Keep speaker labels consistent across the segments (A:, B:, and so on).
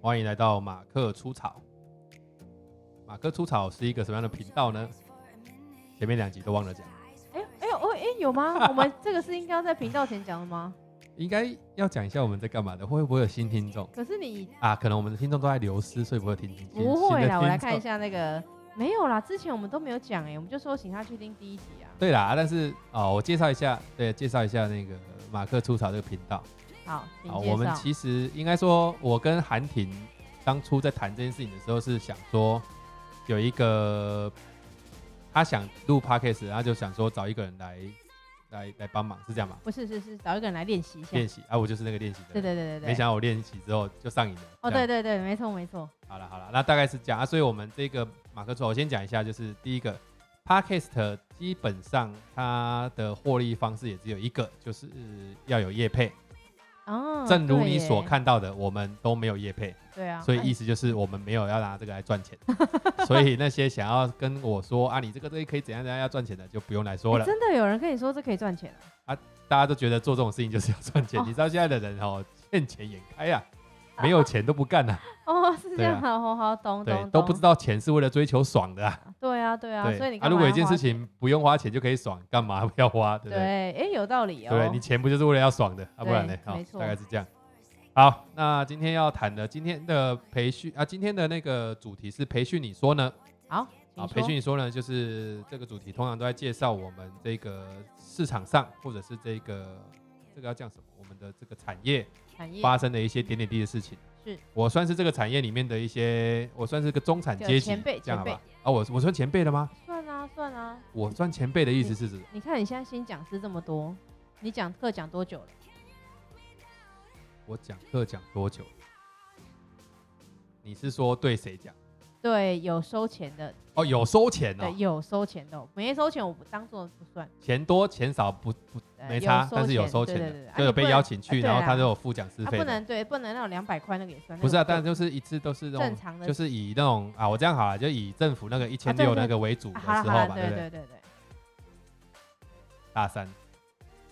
A: 欢迎来到马克出草。马克出草是一个什么样的频道呢？前面两集都忘了讲，
B: 哎哎哦哎 有吗？我们这个是应该要在频道前讲的吗？
A: 应该要讲一下我们在干嘛的，会不会有新听众
B: 可 是你
A: 啊？可能我们的听众都在流失，所以不会有听新新
B: 不会啊
A: 新的
B: 啦，我来
A: 听众
B: 看一下那个没有啦，之前我们都没有讲哎、我们就说请他去听第一集啊。
A: 对啦，但是哦，我介绍一下，对，介绍一下那个马克出草这个频道。
B: 好，请
A: 好，我
B: 介
A: 们
B: 绍。
A: 其实应该说，我跟韩婷当初在谈这件事情的时候，是想说有一个他想录 podcast，他就想说找一个人来来来帮忙，是这样吗？
B: 不是是是，找一个人来练习一下。
A: 练习啊，我就是那个练习的
B: 对
A: 人。
B: 对对对对。
A: 没想到我练习之后就上瘾了。
B: 哦，
A: 这样
B: 对，对对，没错没错。
A: 好了好了，那大概是这样啊。所以我们这个马克说，我先讲一下，就是第一个 podcast 基本上它的获利方式也只有一个，就是要有业配。
B: 哦，
A: 正如
B: 对
A: 你
B: 耶
A: 所。看到的，我们都没有业配。
B: 对啊。
A: 所以
B: 哎
A: 意思就是我们没有要拿这个来赚钱，所以那些想要跟我说啊，你这个东西可以怎样怎样要赚钱的，就不用来说
B: 哎
A: 了。
B: 真的有人跟你说这可以赚钱啊？
A: 大家都觉得做这种事情就是要赚钱，
B: 哦
A: 你知道现在的人哦，见钱眼开啊，没有钱都不干啊，
B: 哦，是这
A: 对啊
B: 样啊，好好懂
A: 对，
B: 懂
A: 都不知
B: 懂
A: 道钱是为了追求爽的啊。
B: 对啊对啊，所以
A: 对，
B: 你
A: 啊，
B: 干
A: 如
B: 嘛
A: 果
B: 要
A: 一件
B: 花
A: 事
B: 钱
A: 情不用花钱就可以爽，干嘛不要花，对不
B: 对，
A: 对？
B: 哎有道理哦。
A: 对，你钱不就是为了要爽的，啊，不然呢
B: 对？
A: 好
B: 没，错
A: 大概是这样。好，那今天要谈的，今天的培训啊，今天的那个主题是培训，你说呢？
B: 好，
A: 啊，
B: 请
A: 培
B: 说
A: 训你说呢，就是这个主题通常都在介绍我们这个市场上或者是这个这个要讲什么，我们的这个产业
B: 产业
A: 发生的一些点点滴滴的事情。
B: 是
A: 我算是这个产业里面的一些，我算是个中产阶级，
B: 就前辈
A: 这样好
B: 前
A: 吧？啊，我我算前辈了吗？
B: 算啊算啊，
A: 我算前辈的意思是指
B: 你看你现在新讲师这么多，你讲课讲多久了？
A: 我讲课讲多久？你是说对谁讲？
B: 对，有收钱的，
A: 哦，有收钱哦
B: 对，，有收钱的哦，没收钱我不当做不算，
A: 钱多钱少不不
B: 呃
A: 没差，但是有收
B: 对
A: 钱
B: 对对对
A: 的，
B: 啊
A: 就有被
B: 你不能
A: 邀请去，
B: 啊对
A: 然后他
B: 啦
A: 就有付讲师
B: 啊，
A: 费的。
B: 不能对，不能那种两百块那个也算，那
A: 不是
B: 个
A: 啊，但
B: 对
A: 就是一次都是那
B: 正
A: 种，
B: 常的啊
A: 就是以那种啊，我这样好了，就以政府那个一千
B: 对
A: 六
B: 对
A: 那个为主的
B: 啊
A: 时
B: 好
A: 候
B: 了好了，
A: 吧，
B: 对
A: 不对？
B: 对对对，
A: 大三，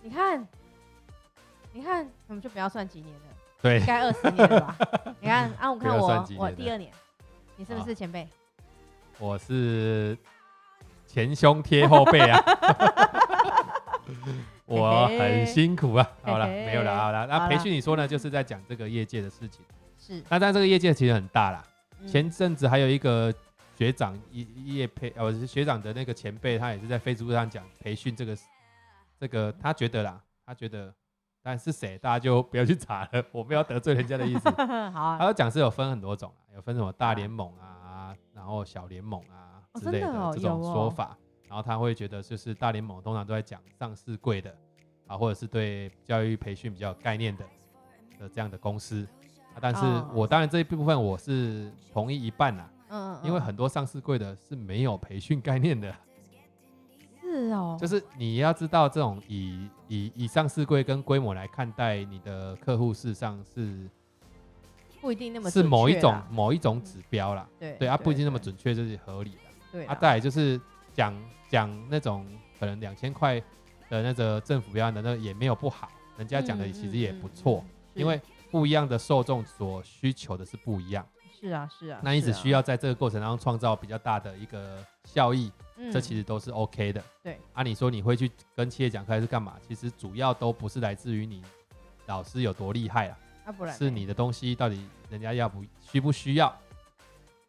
B: 你看，你看，我们就不要算几年了，
A: 对
B: 应，该二十年了 吧？你看啊，我看
A: 不要算
B: 我
A: 几年
B: 我
A: 了
B: 第二年，你是不是前辈？
A: 我是前胸贴后背 啊，我很辛苦啊。好了，
B: 嘿嘿
A: 没有了，好了。那
B: 好啦
A: 培训你说呢，就是在讲这个业界的事情。
B: 是
A: 那但这个业界其实很大啦，
B: 嗯
A: 前阵子还有一个学长一叶培，呃，是学长的那个前辈，他也是在 Facebook 上讲培训这个这个，他觉得啦，他觉得，但是谁大家就不要去查了，我没有得罪人家的意思。
B: 好啊，
A: 他的讲师有分很多种啦，有分什么大联盟啊，然后小联盟啊
B: 哦
A: 之类
B: 真的哦
A: 这种
B: 有哦
A: 说法。然后他会觉得，就是大联盟通常都在讲上市贵的啊，或者是对教育培训比较有概念的的这样的公司。啊、但是
B: 哦
A: 我当然这一部分我是同意一半啦，
B: 嗯，嗯嗯哦
A: 因为很多上市贵的是没有培训概念的，
B: 是哦，
A: 就是你要知道这种以以以上市贵跟规模来看待你的客户，事实上是
B: 不一定那么
A: 是某一
B: 准确
A: 种
B: 啦嗯
A: 某一种指标啦。
B: 对
A: 对啊，不一定那么
B: 对
A: 准确，这是合理的。
B: 对
A: 啊，
B: 啦
A: 再来就是讲讲那种可能两千块的那个政府标案的那也没有不好，人家讲的
B: 嗯
A: 其实也不错，，因为不一样的受众所需求的是不一样，
B: 是啊是啊，
A: 那你只需
B: 要
A: 要在这个过程当中创造比较大的一个效益，这其
B: 实
A: 实都是 OK 的。
B: 嗯对，
A: 啊，你说你会去跟企业讲课还是干嘛？其实主要都不是来自于你老师有多厉害啦，
B: 啊不然
A: 是
B: 呢
A: 你的东西到底人家要不需不需要。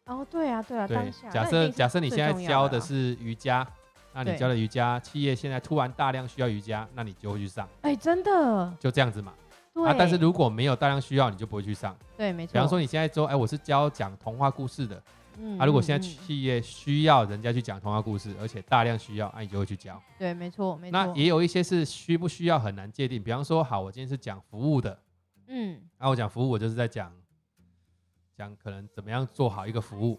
B: 哦对啊对啊，
A: 对
B: 当，下
A: 假
B: 那一
A: 设
B: 定是
A: 假设你
B: 最
A: 现在
B: 重要
A: 教
B: 的
A: 的
B: 啊
A: 是瑜伽，那你
B: 对
A: 教的瑜伽，企业现在突然大量需要瑜伽，那你就会去上，
B: 哎真的
A: 就这样子嘛。
B: 对
A: 啊，但是如果没有大量需要，你就不会去上。
B: 对没错，
A: 比方说你现在说，哎，我是教讲童话故事的，
B: 嗯
A: 啊，如果
B: 嗯
A: 现在
B: 嗯
A: 企业需要人家去讲童话故事，而且大量需要，那你就会去教。
B: 对没错没
A: 那
B: 错，
A: 也有一些是需不需要很难界定。比方说，好，我今天是讲服务的，
B: 嗯
A: 那我讲服务，我就是在讲讲可能怎么样做好一个服务。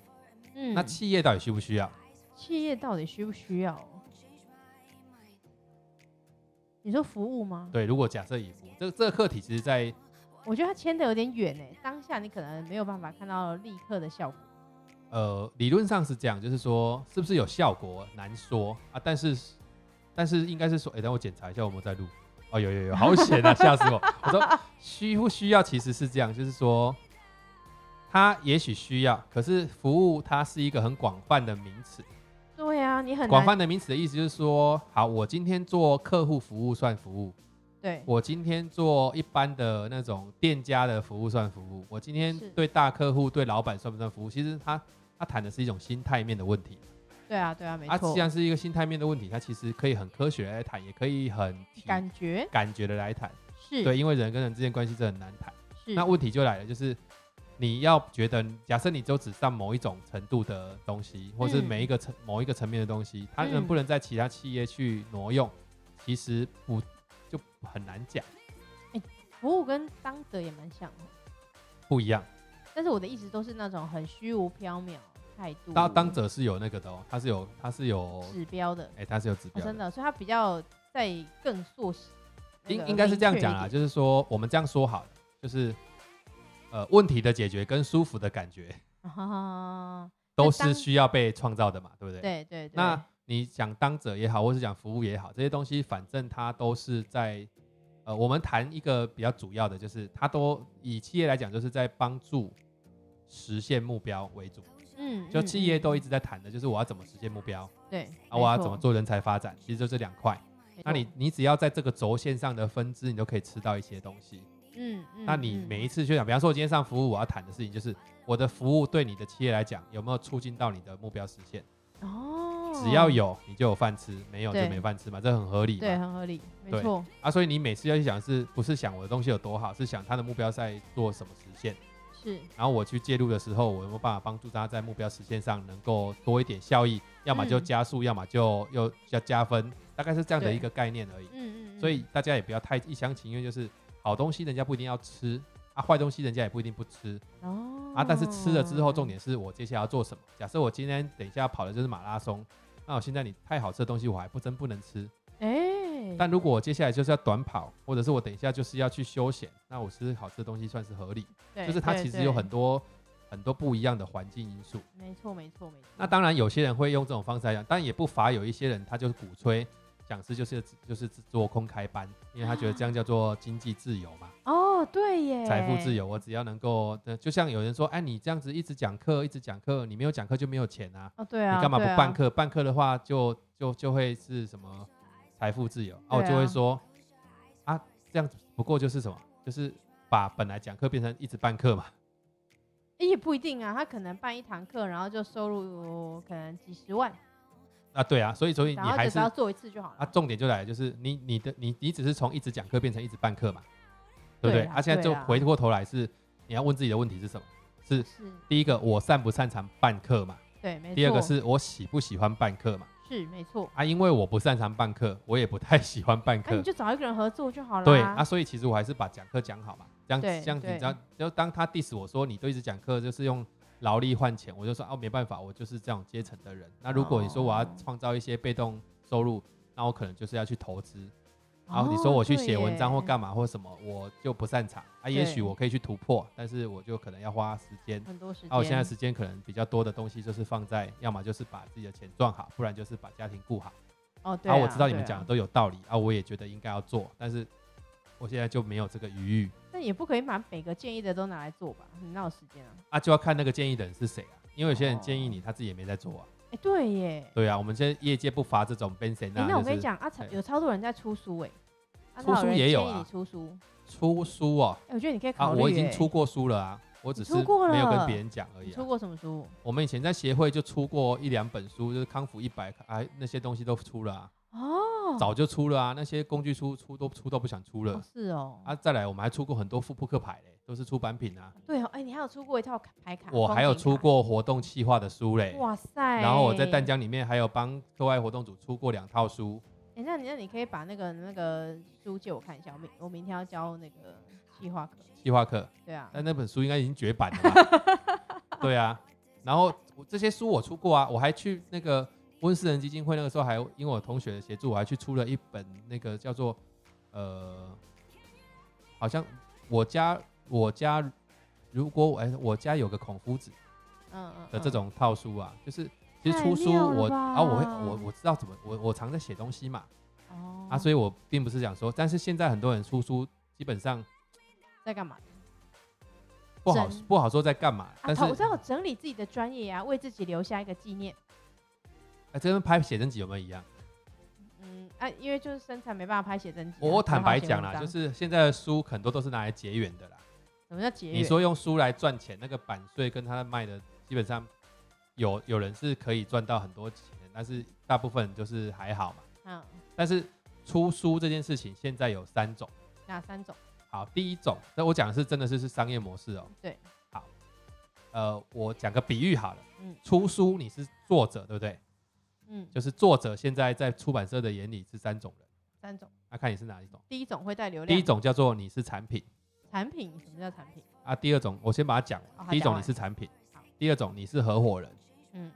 B: 嗯，
A: 那企业到底需不需要？
B: 企业到底需不需要哦？你说服务吗？
A: 对，如果假设以服务这这个课题，其实在
B: 我觉得它牵的有点远哎，当下你可能没有办法看到立刻的效果。
A: 呃理论上是这样，就是说是不是有效果难说啊，但是但是应该是说，哎、等我检查一下我们在录哦，有有 有，好险啊，吓死我！我说需不需要其实是这样，就是说。他也许需要，可是服务它是一个很广泛的名词。
B: 对啊，你很
A: 广
B: 难
A: 泛的名词的意思就是说，好，我今天做客户服务算服务，
B: 对
A: 我今天做一般的那种店家的服务算服务，我今天
B: 是
A: 对大客户、对老板算不算服务？其实他他谈的是一种心态面的问题。
B: 对啊对啊，没
A: 它
B: 错
A: 既，然是一个心态面的问题，它其实可以很科学来谈，也可以很体
B: 感觉
A: 感觉的来谈。
B: 是
A: 对，因为人跟人之间关系是很难谈。
B: 是
A: 那问题就来了，就是你要觉得，假设你就只上某一种程度的东西，或是
B: 嗯
A: 每一个层、某一个层面的东西，它能
B: 嗯
A: 不能在其他企业去挪用，其实不就很难讲，
B: 服务跟当责也蛮像的，
A: 不一样。
B: 但是我的意思都是那种很虚无缥缈态度，
A: 当当者是有那个的哦，它是有它是有
B: 指标的，
A: 哎、它是有指
B: 哦
A: 标的。
B: 真的，所以他比较在更做实，那
A: 应
B: 个
A: 应该是这样
B: 明确
A: 讲
B: 一
A: 啦，
B: 点
A: 就是说我们这样说好了，就是呃问题的解决跟舒服的感觉
B: 啊，
A: 都
B: 当
A: 是需要被创造的嘛，对不对？
B: 对对对，
A: 那你讲当者也好，或是讲服务也好，这些东西反正它都是在呃，我们谈一个比较主要的，就是它都以企业来讲，就是在帮助实现目标为主。
B: 嗯，
A: 就
B: 嗯
A: 企业
B: 嗯
A: 都一直在谈的，就是我要怎么实现目标
B: 对
A: 啊，我要
B: 没错
A: 怎么做人才发展，其实就这两块。
B: 没
A: 那你
B: 错
A: 你只要在这个轴线上的分支，你都可以吃到一些东西。
B: 嗯嗯，
A: 那你
B: 嗯
A: 每一次宣讲，比方说我今天上服务，我要谈的事情就是我的服务对你的企业来讲有没有促进到你的目标实现？
B: 哦，
A: 只要有你就有饭吃，没有就
B: 对
A: 没饭吃嘛，这很合理
B: 对
A: 嘛。
B: 很合理，没
A: 对
B: 错
A: 啊，所以你每次要去想是不是想我的东西有多好，是想他的目标在做什么实现，
B: 是
A: 然后我去介入的时候，我有没有办法帮助他在目标实现上能够多一点效益？要么就
B: 嗯
A: 加速，要么就又要加分，大概是这样的
B: 对
A: 一个概念而已。
B: 嗯嗯，
A: 所
B: 嗯
A: 以大家也不要太一厢情愿，就是好东西人家不一定要吃啊，坏东西人家也不一定不吃。
B: 哦
A: 啊，但是吃了之后，重点是我接下来要做什么。假设我今天等一下跑的就是马拉松，那我现在你太好吃的东西我还不真不能吃。
B: 哎，
A: 但如果我接下来就是要短跑，或者是我等一下就是要去休闲，那我吃好吃的东西算是合理。
B: 对
A: 就是它
B: 对
A: 其实
B: 对
A: 有很多很多不一样的环境因素。
B: 没错没错没错，
A: 那当然有些人会用这种方式来讲，但也不乏有一些人他就是鼓吹讲师就是就是只做空开班，因为他觉得这样叫做经济自由嘛。
B: 哦对耶，
A: 财富自由，我只要能够，呃就像有人说，哎，你这样子一直讲课，一直讲课，你没有讲课就没有钱啊，
B: 哦对啊，
A: 你干嘛不
B: 对啊
A: 办？课？办课的话就，就就会是什么财富自由啊？我
B: 对啊
A: 就会说，啊，这样子不过就是什么，就是把本来讲课变成一直办课嘛，
B: 诶也不一定啊，他可能办一堂课，然后就收入可能几十万，
A: 啊，对啊，所以所以你
B: 然后
A: 还
B: 就只
A: 是
B: 要
A: 啊，
B: 做一次就好了。
A: 重点就来了，就是你你的你你只是从一直讲课变成一直办课嘛，对不
B: 对
A: 对？
B: 啊
A: 啊，现在就
B: 对啊
A: 回过头来是你要问自己的问题是什么？是
B: 是，
A: 第一个我擅不擅长办课嘛？
B: 对，没错。
A: 第二个是我喜不喜欢办课嘛？
B: 是没错，
A: 啊，因为我不擅长办课，我也不太喜欢办
B: 那
A: 课
B: 你，就找一个人合作就好了。
A: 对啊，，所以其实我还是把讲课讲好嘛，这样
B: 对
A: 这样子，
B: 对
A: 你知道，就当他 diss 我说你都一直讲课，就是用劳力换钱，我就说哦、没办法，我就是这种阶层的人。那如果你说我要
B: 哦
A: 创造一些被动收入，那我可能就是要去投资。然后你
B: 哦
A: 说我去写文章或
B: 嘛？
A: 干嘛或什么，我就不擅长啊。也许
B: 对
A: 我可以去突破，但是我就可能要花时间。
B: 很多时间。
A: 啊，我现在时间可能比较多的东西就是放在，要么就是把自己的钱赚好，不然就是把家庭顾好。
B: 哦，对
A: 啊，我知道你们
B: 对啊
A: 讲的都有道理啊，我也觉得应该要做，但是我现在就没有这个余裕
B: 但也不可以把每个建议的都拿来做吧，你哪有时间啊？
A: 啊，就要看那个建议的人是谁啊，因为有些人
B: 哦
A: 建议你，他自己也没在做啊。
B: 哎，对耶。
A: 对啊，我们现在业界不乏这种 b e n s o
B: 哎那我
A: 那
B: 跟
A: 就
B: 你
A: 是
B: 讲，啊，超
A: 哎
B: 有超多人在出书哎，啊
A: 出书也有啊
B: 哪人建议你出书，
A: 出书哦，
B: 哎，我觉得你可以
A: 啊，
B: 考虑。
A: 我已经
B: 哎
A: 出，过书了啊，我只是
B: 你出过了
A: 没有跟别人讲而
B: 你
A: 已、
B: 出
A: 啊。
B: 过什么书？
A: 我们以前在协会就出过一两本书，就是康复一百啊那些东西都出了啊，
B: 哦，
A: 早就出了啊，那些工具书出都出都不想出了
B: 哦是哦，
A: 啊。再来，我们还出过很多副扑克牌嘞，都是出版品啊。
B: 对哦，哎，你还有出过一套卡牌卡，
A: 我还有
B: 风景
A: 出
B: 卡，
A: 过活动企划的书嘞，
B: 哇塞！
A: 然后我在淡江里面还有帮课外活动组出过两套书，
B: 哎，那你那你可以把那个那个书借我看一下，我明我明天要教那个计划课，
A: 企划课，
B: 对啊，
A: 但那本书应该已经绝版了吧？ 对啊，然后我这些书我出过啊，我还去那个温世仁基金会那个时候还因为我同学的协助，我还去出了一本那个叫做呃，好像我家我家如果我哎我家有个孔夫子，
B: 嗯嗯
A: 呃的这
B: 嗯
A: 种套书啊，就是其实
B: 太
A: 出书
B: 妙了
A: 我啊，我会
B: 吧
A: 我我知道怎么我我常在写东西嘛
B: 哦
A: 啊，所以我并不是想说，但是现在很多人出书基本上
B: 在干嘛？
A: 不好
B: 整
A: 不好说在干嘛，
B: 啊，
A: 但是
B: 投我知道整理自己的专业啊，为自己留下一个纪念。
A: 哎，这跟拍写真集有没有一样？
B: 嗯啊，因为就是身材没办法拍写真集啊、
A: 我我坦
B: 只好
A: 白
B: 写
A: 讲
B: 文
A: 啦，就
B: 章
A: 是现在的书很多都是拿来结缘的啦。
B: 什么叫节约？
A: 你说用书来赚钱，那个版税跟他卖的基本上有有人是可以赚到很多钱，但是大部分就是还好嘛。
B: 嗯，
A: 但是出书这件事情现在有三种，
B: 哪三种？
A: 好，第一种，那我讲的是真的是是商业模式哦。
B: 对，
A: 好，呃，我讲个比喻好了，
B: 嗯
A: 出书你是作者对不对？
B: 嗯，
A: 就是作者现在在出版社的眼里是三种人，
B: 三种。
A: 那看你是哪一种。
B: 第一种会带流量，
A: 第一种叫做你是产品
B: 产品，什么叫产品？
A: 啊，第二种我先把它讲
B: 哦好
A: 完。第一
B: 讲
A: 种
B: 完
A: 你是产品
B: 好，
A: 第二种你是合伙人，
B: 嗯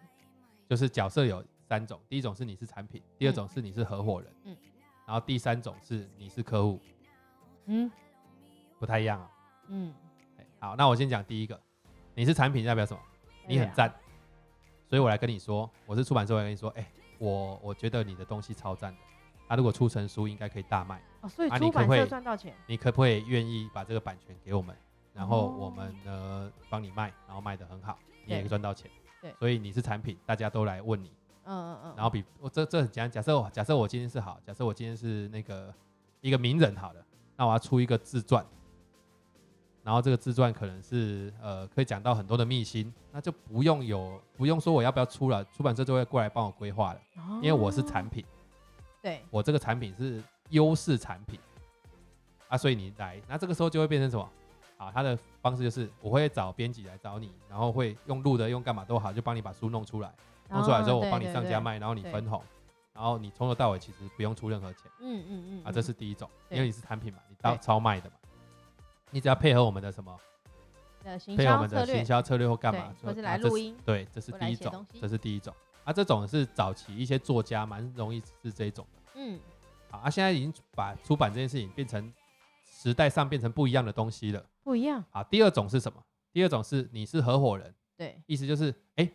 A: 就是角色有三种，第一种是你是产品，第二种是你是合伙人，
B: 嗯
A: 然后第三种是你是客户，
B: 嗯
A: 不太一样啊。
B: 嗯，
A: 哎好，那我先讲第一个，你是产品代表什么？你
B: 啊
A: 很赞，所以我来跟你说，我是出版社，我来跟你说，哎、我我觉得你的东西超赞的，他、如果出成书应该可以大卖，
B: 哦，所以
A: 啊你
B: 出
A: 可
B: 版
A: 不可
B: 社
A: 以
B: 赚到钱，
A: 你可不可以愿意把这个版权给我们，然后
B: 哦
A: 我们呢帮你卖，然后卖得很好，你也
B: 对
A: 赚到钱，
B: 对
A: 所以你是产品，大家都来问你，
B: 嗯嗯嗯，
A: 然后比我这这很简单，假设我假设我今天是好，假设我今天是那个一个名人好了，那我要出一个自传，然后这个自传可能是呃可以讲到很多的秘辛，那就不用有不用说我要不要出了，出版社就会过来帮我规划了，
B: 哦
A: 因为我是产品，
B: 对，
A: 我这个产品是优势产品啊，所以你来，那这个时候就会变成什么？啊，他的方式就是我会找编辑来找你，然后会用录的用干嘛都好，就帮你把书弄出来。弄出来之后，
B: 哦
A: 我帮
B: 对
A: 你
B: 对
A: 上
B: 对
A: 架卖，然后你
B: 对
A: 分红，然后你从头到尾其实不用出任何钱
B: 嗯嗯嗯
A: 啊，这是第一种，
B: 对
A: 因为你是产品嘛，你到
B: 对
A: 超卖的嘛，你只要配合我们的什么，
B: 的行
A: 配合我
B: 销
A: 们
B: 策
A: 的
B: 略
A: 行，销策略或干
B: 对
A: 嘛，，
B: 或
A: 说
B: 是
A: 啊
B: 来
A: 这
B: 录
A: 是
B: 音，
A: 对，这是
B: 我
A: 第
B: 来
A: 一
B: 写
A: 种
B: 东，西
A: 这是第一种啊，这种是早期一些作家蛮容易是这一种的，
B: 嗯，
A: 好啊，现在已经把出版这件事情变成时代上变成不一样的东西了
B: 不一样，
A: 啊。第二种是什么？第二种是你是合伙人，
B: 对，
A: 意思就是，哎、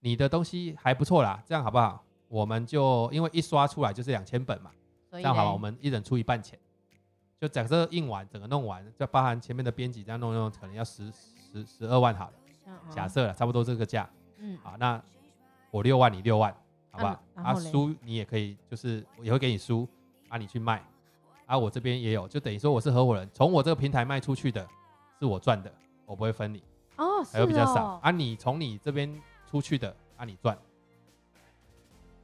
A: 你的东西还不错啦，这样好不好？我们就因为一刷出来就是两千本嘛，
B: 所
A: 这
B: 以
A: 样好吧？
B: 嘞
A: 我们一人出一半钱，就假设印完整个弄完，就包含前面的编辑这样弄一弄，可能要十十十二万好了，
B: 嗯嗯
A: 假设了，差不多这个价。
B: 嗯
A: 好，那我六万，你六万，好不好？
B: 嗯然
A: 啊，
B: 后嘞
A: 书你也可以，就是我也会给你书啊，你去卖啊，我这边也有，就等于说我是合伙人，从我这个平台卖出去的，是我赚的，我不会分你。
B: 哦，
A: 还有比较
B: 是
A: 少、
B: 哦，
A: 啊。你从你这边出去的啊，你赚，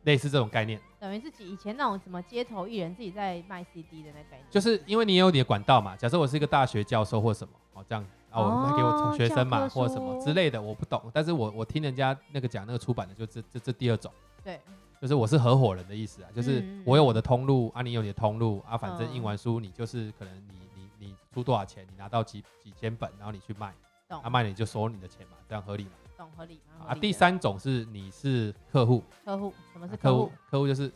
A: 类似这种概念，
B: 等于自己以前那种什么街头艺人自己在卖 CD 的那概念，
A: 就是因为你有你的管道嘛。假设我是一个大学教授或什么哦，这样啊，我卖给
B: 哦
A: 我学生嘛，
B: 教科书
A: 或什么之类的，我不懂，但是我我听人家那个讲那个出版的，就这这这第二种，
B: 对，
A: 就是我是合伙人的意思啊，就是
B: 嗯嗯
A: 我有我的通路啊，你有你的通路啊，反正
B: 嗯
A: 印完书你就是可能你你你出多少钱，你拿到几几千本，然后你去卖，
B: 懂
A: 啊卖了你就收你的钱嘛，这样合理嘛？
B: 懂合理吗？
A: 啊，第三种是你是客户。
B: 客户，什哦么是
A: 啊客
B: 客户？
A: 客户就是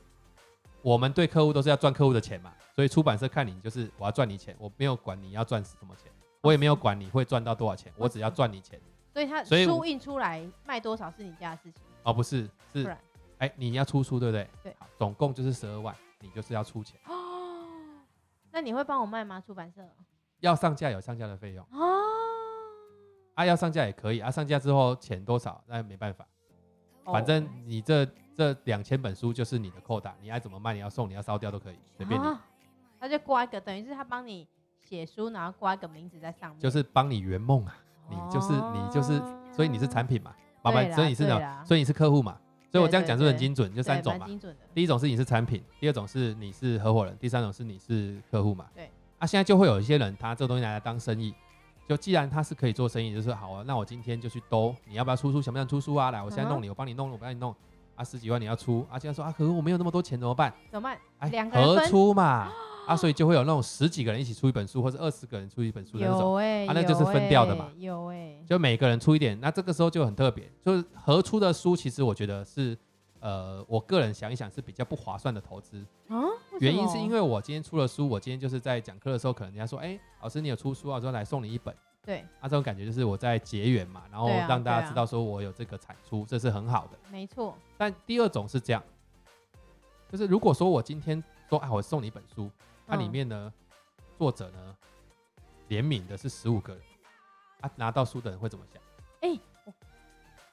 A: 我们对客户都是要赚客户的钱嘛，所以出版社看你就是我要赚你钱，我没有管你要赚什么钱，我也没有管你会赚到多少
B: 哦
A: 钱，我只要赚你钱。
B: 所以他
A: 所以
B: 书
A: 我
B: 印出来卖多少是你家的事情，
A: 哦，不是，
B: 不
A: 是
B: 然
A: 哎、你要出书对不对？
B: 对
A: 好，总共就是十二万，你就是要出钱，
B: 哦，那你会帮我卖吗？出版社
A: 要上架有上架的费用
B: 哦，
A: 啊，要上架也可以啊，上架之后钱多少那没办法，
B: 哦
A: 反正你这这两千本书就是你的扣打，你爱怎么卖，你要送，你要烧掉都可以，随便你，
B: 啊，他就挂一个，等于是他帮你写书，然后挂一个名字在上面，
A: 就是帮你圆梦啊，你就是你就是
B: 哦
A: 所以你是产品嘛，麻
B: 对
A: 烦，
B: 啦
A: 所以你是
B: 对啦
A: 哪？所以你是客户嘛？所以我这样
B: 对
A: 讲是不是很精准，就
B: 对
A: 三种
B: 蛮
A: 嘛。
B: 精准的，
A: 第一种是你是产品，第二种是你是合伙人，第三种是你是客户嘛。
B: 对。
A: 啊，现在就会有一些人，他这东西拿来当生意，就既然他是可以做生意，就是好啊，那我今天就去兜，你要不要出书？想不想出书啊？来，我现在
B: 嗯
A: 弄你，我帮你弄，我帮你弄。啊，十几万你要出，啊，现在说啊，可是我没有那么多钱怎么办？
B: 怎么办？
A: 哎
B: 两，个人
A: 合
B: 分
A: 出 嘛。啊，所以就会有那种十几个人一起出一本书，或者二十个人出一本书的那种。
B: 有哎，
A: 啊那就是
B: 有
A: 分掉的嘛
B: 欸，有哎，
A: 就每个人出一点，那这个时候就很特别。就是合出的书，其实我觉得是，呃，我个人想一想是比较不划算的投资。
B: 啊，为什
A: 原因是
B: 么
A: 因为我今天出了书，我今天就是在讲课的时候，可能人家说，哎、老师你有出书啊，我说来送你一本。
B: 对，
A: 啊，这种感觉就是我在结缘嘛，然后
B: 对啊
A: 让大
B: 对
A: 家
B: 啊
A: 知道说我有这个产出，这是很好的。
B: 没错，
A: 但第二种是这样，就是如果说我今天说，啊，我送你一本书，它里
B: 嗯
A: 面呢，作者呢，联名的是十五个人，啊，拿到书的人会怎么想？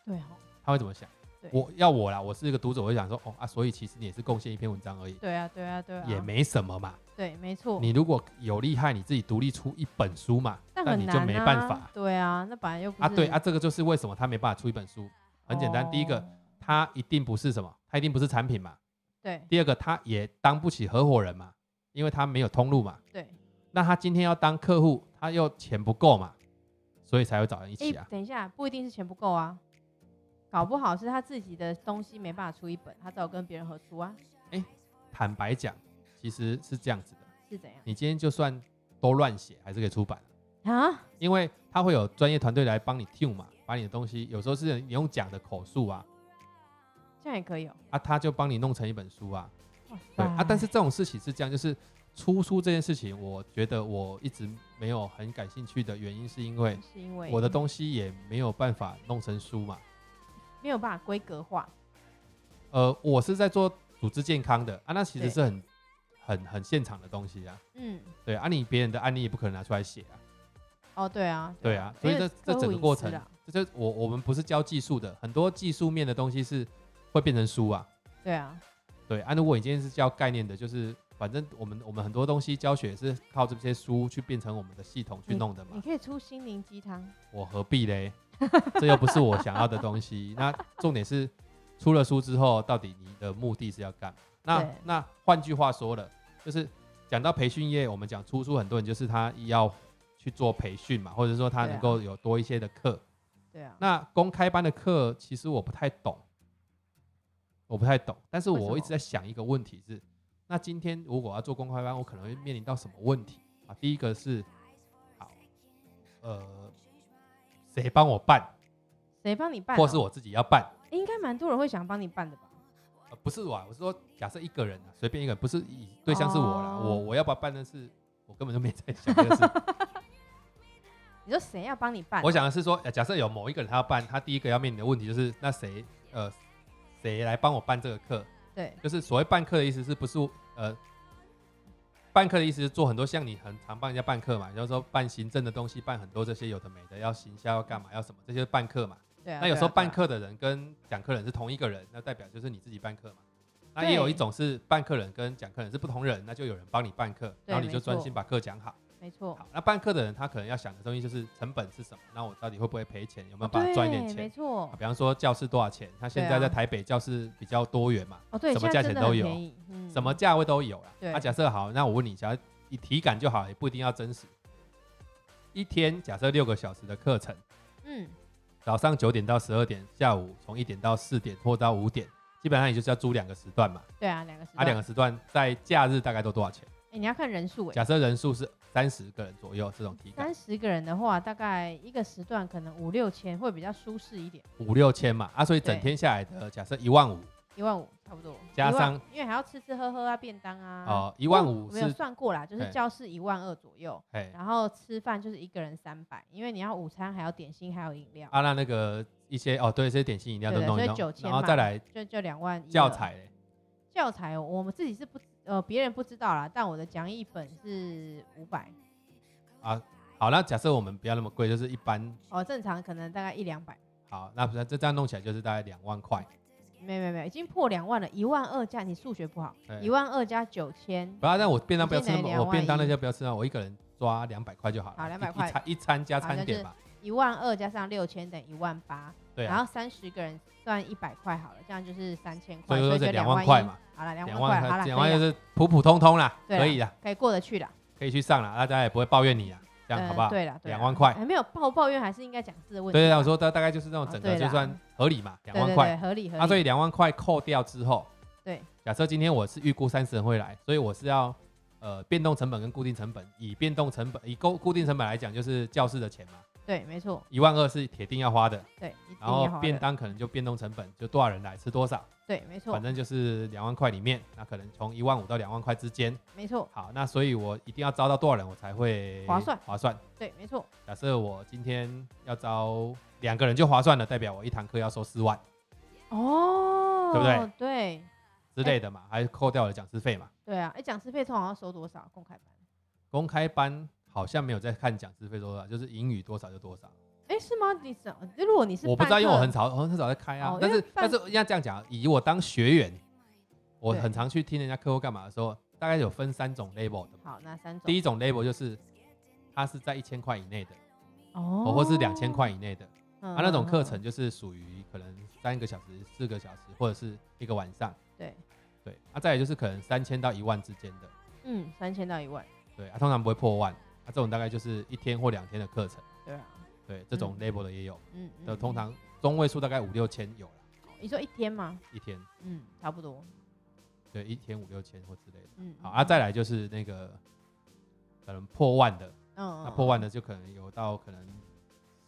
B: 对哈、哦，
A: 他会怎么想
B: 对？
A: 我要我啦，我是一个读者，我会想说，哦啊，所以其实你也是贡献一篇文章而已，
B: 对啊，对啊，对啊，哦
A: 也没什么嘛。
B: 对，没错，
A: 你如果有厉害，你自己独立出一本书嘛，
B: 但
A: 但
B: 很
A: 你
B: 难、
A: 就
B: 啊、
A: 没办法
B: 对啊，那本来又不是
A: 啊。对啊，，这个就是为什么他没办法出一本书，很简单。第一个，
B: 哦，
A: 他一定不是什么，他一定不是产品嘛。
B: 对
A: 第二个，他也当不起合伙人嘛，因为他没有通路嘛。
B: 对，
A: 那他今天要当客户，他又钱不够嘛，所以才会找人一
B: 哎、
A: 起啊。
B: 等一下，不一定是钱不够啊，搞不好是他自己的东西没办法出一本，他只好跟别人合出啊，
A: 坦白讲，其实是这样子的，
B: 是怎样
A: 你今天就算都乱写，还是可以出版啊、
B: 啊？
A: 因为他会有专业团队来帮你 tune 嘛，把你的东西有时候是你用讲的口述啊，
B: 这样也可以哦、
A: 啊，他就帮你弄成一本书啊。
B: 哇
A: 对啊，但
B: 塞
A: 是这种事情是这样，就是出书这件事情，我觉得我一直没有很感兴趣的原因，是因为
B: 是因为
A: 我的东西也没有办法弄成书嘛。
B: 没有办法规格化，
A: 呃，我是在做组织健康的啊，那其实
B: 对
A: 是很很很现场的东西啊。
B: 嗯，
A: 对啊，你别人的案例也不可能拿出来写啊。
B: 哦，对啊，
A: 对啊，所以
B: 因
A: 这
B: 为
A: 这
B: 客户
A: 整个
B: 隐
A: 过
B: 私啊
A: 程
B: 啦，
A: 这就我我们不是教技术的，很多技术面的东西是会变成书啊。
B: 对啊，
A: 对啊，如果你今天是教概念的，就是反正我们我们很多东西教学是靠这些书去变成我们的系统去弄的
B: 你
A: 嘛，
B: 可以出心灵鸡汤，
A: 我何必嘞？这又不是我想要的东西。那重点是出了书之后，到底你的目的是要干嘛？那
B: 对
A: 那换句话说了，就是讲到培训业，我们讲出书，很多人就是他要去做培训嘛，或者说他
B: 对啊
A: 能够有多一些的课。
B: 对啊，
A: 那公开班的课其实我不太懂，我不太懂，但是
B: 为什么
A: 我一直在想一个问题是，那今天如果我要做公开班，我可能会面临到什么问题啊？第一个是，好，呃，谁帮我办，
B: 谁帮你办、啊哦
A: 或是、我自己要办？
B: 应该蛮多人会想帮你办的吧？
A: 呃、不是我啊，我是说假设一个人啊，随便一个人，不是以对象是我啦，
B: 哦
A: 我我要不要办的是，我根本就没在想这个事。
B: 你说谁要帮你办？啊
A: 我想的是说，呃假设有某一个人他要办，他第一个要面临的问题就是，那谁呃谁来帮我办这个课？
B: 对
A: 就是所谓办课的意思，是不是呃，办课的意思是做很多像你很常帮人家办课嘛，就是说办行政的东西，办很多这些有的没的，要行销要干嘛要什么，这些办课嘛。
B: 对啊，
A: 那有时候办
B: 课
A: 课的人跟讲课人是同一个人，那代表就是你自己办课嘛。那也有一种是办课人跟讲课人是不同人，那就有人帮你办课，
B: 对
A: 然后你
B: 没
A: 就专
B: 错
A: 心把课讲好。
B: 没错，
A: 好，那办课的人他可能要想的东西就是成本是什么，那我到底会不会赔钱，有没有办法赚一点
B: 哦对没
A: 钱？
B: 错
A: 啊，比方说教室多少钱？他现
B: 对
A: 在
B: 啊
A: 在台北教室比较多元嘛，
B: 哦，对，
A: 什么
B: 现在
A: 价
B: 真
A: 钱
B: 的
A: 都
B: 很
A: 有
B: 便宜嗯
A: 什么价位都有啦。
B: 对
A: 那、假设好，那我问你，假如以体感就好，也不一定要真实。一天假设六个小时的课程，
B: 嗯，
A: 早上九点到十二点，下午从一点到四点或到五点，基本上也就是要租两个时段嘛。
B: 对啊，两个时
A: 啊，
B: 段，
A: 两个时段在假日大概都多少钱？
B: 哎，你要看人数哎，
A: 假设人数是三十个人左右，这种体感
B: 三十个人的话，大概一个时段可能五六千会比较舒适一点，
A: 五六千嘛，啊，所以整
B: 对
A: 天下来的假设一万五，
B: 一万五差不多，
A: 加
B: 一万
A: 上
B: 因为还要吃吃喝喝啊，便当啊，
A: 哦一万五
B: 我没有
A: 是
B: 算过啦，就
A: 嘿
B: 是教室一万二左右，
A: 哎，
B: 然后吃饭就是一个人三百，因为你要午餐还有点心还有饮料，
A: 啊，那那个一些哦，对，这些点心饮料都
B: 对
A: 弄一
B: 所以
A: 弄
B: 9000，
A: 然后
B: 嘛
A: 再来
B: 就就两万一了
A: 教材嘞，
B: 教材我们自己是不呃别人不知道啦，但我的讲义本是五百
A: 啊，好，那假设我们不要那么贵，就是一般
B: 哦，正常可能大概一两百。
A: 好，那不是这这样弄起来就是大概两万块，
B: 没有没有没有，已经破两万了，一万二加你数学不好，
A: 对
B: 一万二加九千，
A: 不要，但我便当不要吃那
B: 一天
A: 么，
B: 来
A: 我便当那
B: 21000
A: 些不要吃那么，我一个人抓两百块就好了，
B: 好
A: 一
B: 200
A: 一
B: 块
A: 餐一餐加
B: 好
A: 餐
B: 那
A: 点
B: 就
A: 吧，
B: 一万二加上六千等于一万八，
A: 对
B: 然
A: 啊，
B: 后三十个人算一百块好了，这样就是三千
A: 所
B: 块，
A: 以说
B: 以
A: 这
B: 就
A: 两
B: 万
A: 万
B: 一
A: 块嘛，
B: 好了，两
A: 两
B: 块，
A: 块
B: 好了，
A: 两
B: 可
A: 万
B: 以
A: 就
B: 啦
A: 是普普通通啦，
B: 对啦啊
A: 可以啦，
B: 可以过得去了，
A: 可以去上了，大家也不会抱怨你啊，这样好不
B: 嗯
A: 好？
B: 对了，对啦
A: 两万块
B: 还没有抱抱怨，还是应该讲这个问题吧，
A: 对啊，我说大大概就是那种
B: 啊
A: 整个
B: 对
A: 就
B: 啦
A: 算合理嘛，两
B: 对
A: 万
B: 对
A: 块
B: 对，合理合
A: 啊，
B: 理，
A: 所以两万块扣掉之后，
B: 对，
A: 假设今天我是预估三十人会来，所以我是要呃变动成本跟固定成本，以变动成本以固固定成本来讲，就是教室的钱嘛，
B: 对，没错，
A: 一万二是铁定要花的，
B: 对，一定
A: 然后
B: 要花
A: 便
B: 的，哦
A: 当可能就变动成本，就多少人来吃多少，
B: 对，没错
A: 反，正就是两万块里面，那可能从一万五到两万块之间。
B: 没错，
A: 好，那所以我一定要招到多少人我才会
B: 划算
A: 划算。
B: 对，没错，
A: 假设我今天要招两个人就划算了，代表我一堂课要收四万
B: 哦，
A: 对不对？
B: 对
A: 之类的嘛，还扣掉了讲师费嘛。
B: 对啊，哎，讲师费通常要收多少？公开班
A: 公开班好像没有在看讲师费多少，就是英语多少就多少。
B: 哎，是吗？你怎么？如果你是
A: 我不知道，
B: 办
A: 因为我
B: 课
A: 很早很早在开啊。
B: 哦
A: 但
B: 因为
A: 是但
B: 办
A: 是要这样讲，以我当学员，我
B: 对
A: 很常去听人家课后干嘛的时候，大概有分三种 label 的嘛。
B: 好，那三种
A: 第一种 label 就是它是在一千块以内的，
B: 哦
A: 哦，或是两千块以内的。
B: 嗯，
A: 它那种
B: 嗯
A: 课程，就是属于可能三个小时、四个小时，或者是一个晚上。
B: 嗯对，
A: 对，啊，再来就是可能三千到一万之间的，
B: 嗯，三千到一万，
A: 对，啊，通常不会破万。啊，这种大概就是一天或两天的课程，
B: 对啊，
A: 对，这种
B: 嗯
A: label 的也有，
B: 嗯，嗯
A: 的
B: 嗯
A: 通常中位数大概五六千有了
B: 你说一天吗？
A: 一天，
B: 嗯，差不多，
A: 对，一天五六千或之类的。
B: 嗯，
A: 好
B: 嗯
A: 啊，再来就是那个可能破万的，
B: 嗯，
A: 那
B: 嗯
A: 破万的就可能有到可能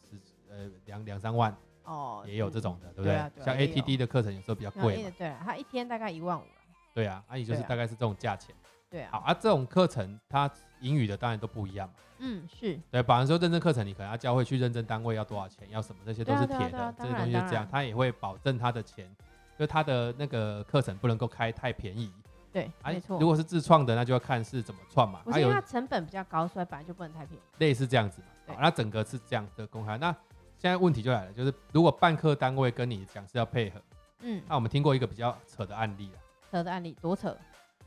A: 十呃两两三万
B: 哦，
A: 也有
B: 嗯
A: 这种的，对不
B: 对啊
A: 对？
B: 对啊
A: 像
B: 也有
A: ATD 的课程有时候比较
B: 那
A: 贵
B: 一
A: 嘛，
B: 对啊，他一天大概一万五啊，
A: 对啊，啊，也就是
B: 对啊
A: 大概是这种价钱。
B: 对啊，
A: 好啊，这种课程它英语的当然都不一样嘛，
B: 嗯，是，
A: 对，比方说认证课程你可能要教会去认证单位要多少钱，要什么这些都
B: 对啊
A: 是
B: 对啊
A: 铁
B: 对啊
A: 的，这
B: 当
A: 些
B: 然
A: 东西就
B: 当
A: 这样
B: 然，
A: 他也会保证他的钱，就他的那个课程不能够开太便宜。
B: 对，
A: 啊
B: 没错
A: 如。果是自创的，那就要看是怎么创嘛。
B: 我
A: 还
B: 是因
A: 有
B: 为它成本比较高，所以本来就不能太便宜。
A: 类似这样子嘛。
B: 对
A: 好，那整个是这样的公开。那现在问题就来了，就是如果办课单位跟你讲是要配合，
B: 嗯，
A: 那我们听过一个比较扯的案例啦，啊
B: 扯的案例多扯，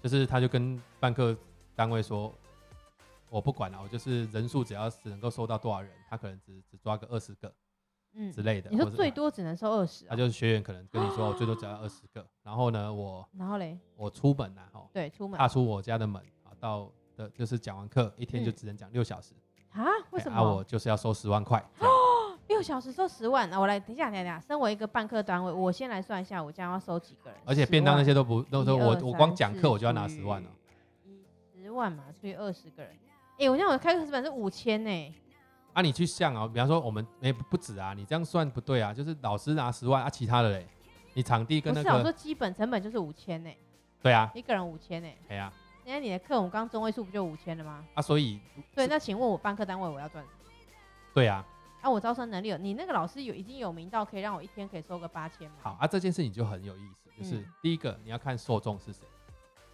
A: 就是他就跟办课单位说，我不管了，我就是人数只要只能够收到多少人，他可能只只抓个二十个
B: 嗯
A: 之，类的，
B: 你说
A: 或者
B: 最多只能收二十、哦
A: 他就是学员可能跟你说，我最多只要二十个，然后呢，我
B: 然后嘞，
A: 我出门啊，哦，
B: 对，出门
A: 踏出我家的门啊，到的就是讲完课一天就
B: 嗯
A: 只能讲六小时，
B: 啊？为
A: 哎
B: 什
A: 啊，
B: 么
A: 我？就是要收十万块，这样
B: 六小时收十万？啊、我来，等一下，等一下，等一下。身为一个办课单位，我先来算一下，我这样要收几个人？
A: 而且便当那些都不，都都
B: 一
A: 我
B: 二
A: 我
B: 三
A: 光讲
B: 四
A: 课我就要拿
B: 除
A: 十万了、
B: 十万嘛，除以二十个人。哎、我我像我开课成本是五千呢。
A: 啊，你去想啊，比方说我们哎、不不止啊，你这样算不对啊，就是老师拿十万啊，其他的嘞，你场地跟
B: 不
A: 那
B: 是啊，我说
A: 个
B: 基本成本就是五千呢，
A: 对啊，
B: 一个人五千呢。
A: 哎呀
B: 那你的课我们刚中位数不就五千了吗？
A: 啊所以
B: 对，
A: 是
B: 那请问我办课单位我要赚什么？
A: 对啊，
B: 啊，我招生能力有，你那个老师有已经有名到可以让我一天可以收个八千吗？
A: 好啊，这件事情就很有意思，就是、
B: 嗯
A: 第一个你要看受众是谁，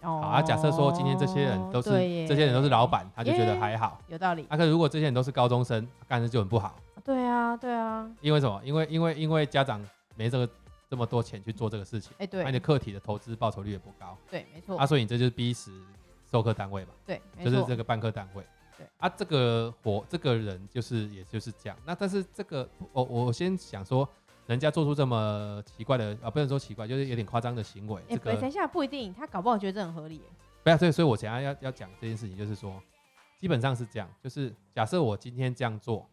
B: 哦，
A: 好
B: 好
A: 啊，假设说今天这些人都是这些人都是老板，他就觉得
B: 哦耶
A: 还好，
B: 有道理。
A: 啊，可是如果这些人都是高中生，干的就很不好，
B: 对啊，对啊，
A: 因为什么？因为因为因为家长没这个这么多钱去做这个事情，
B: 哎、对
A: 啊那、，你的课题的投资报酬率也不高。
B: 对，没错，
A: 啊，所以你这就是 B 十授课单位嘛，
B: 对，没
A: 就是
B: 错，哎
A: 这个办课单位。
B: 对
A: 啊，这个活这个人就是也就是这样。那但是这个我我先想说，人家做出这么奇怪的啊，不能说奇怪，就是有点夸张的行为。
B: 哎、
A: 这
B: 不等
A: 个
B: 一下不一定，他搞不好觉得这很合理耶。
A: 不要，所以所以我想要要要讲这件事情，就是说，基本上是这样，就是假设我今天这样做，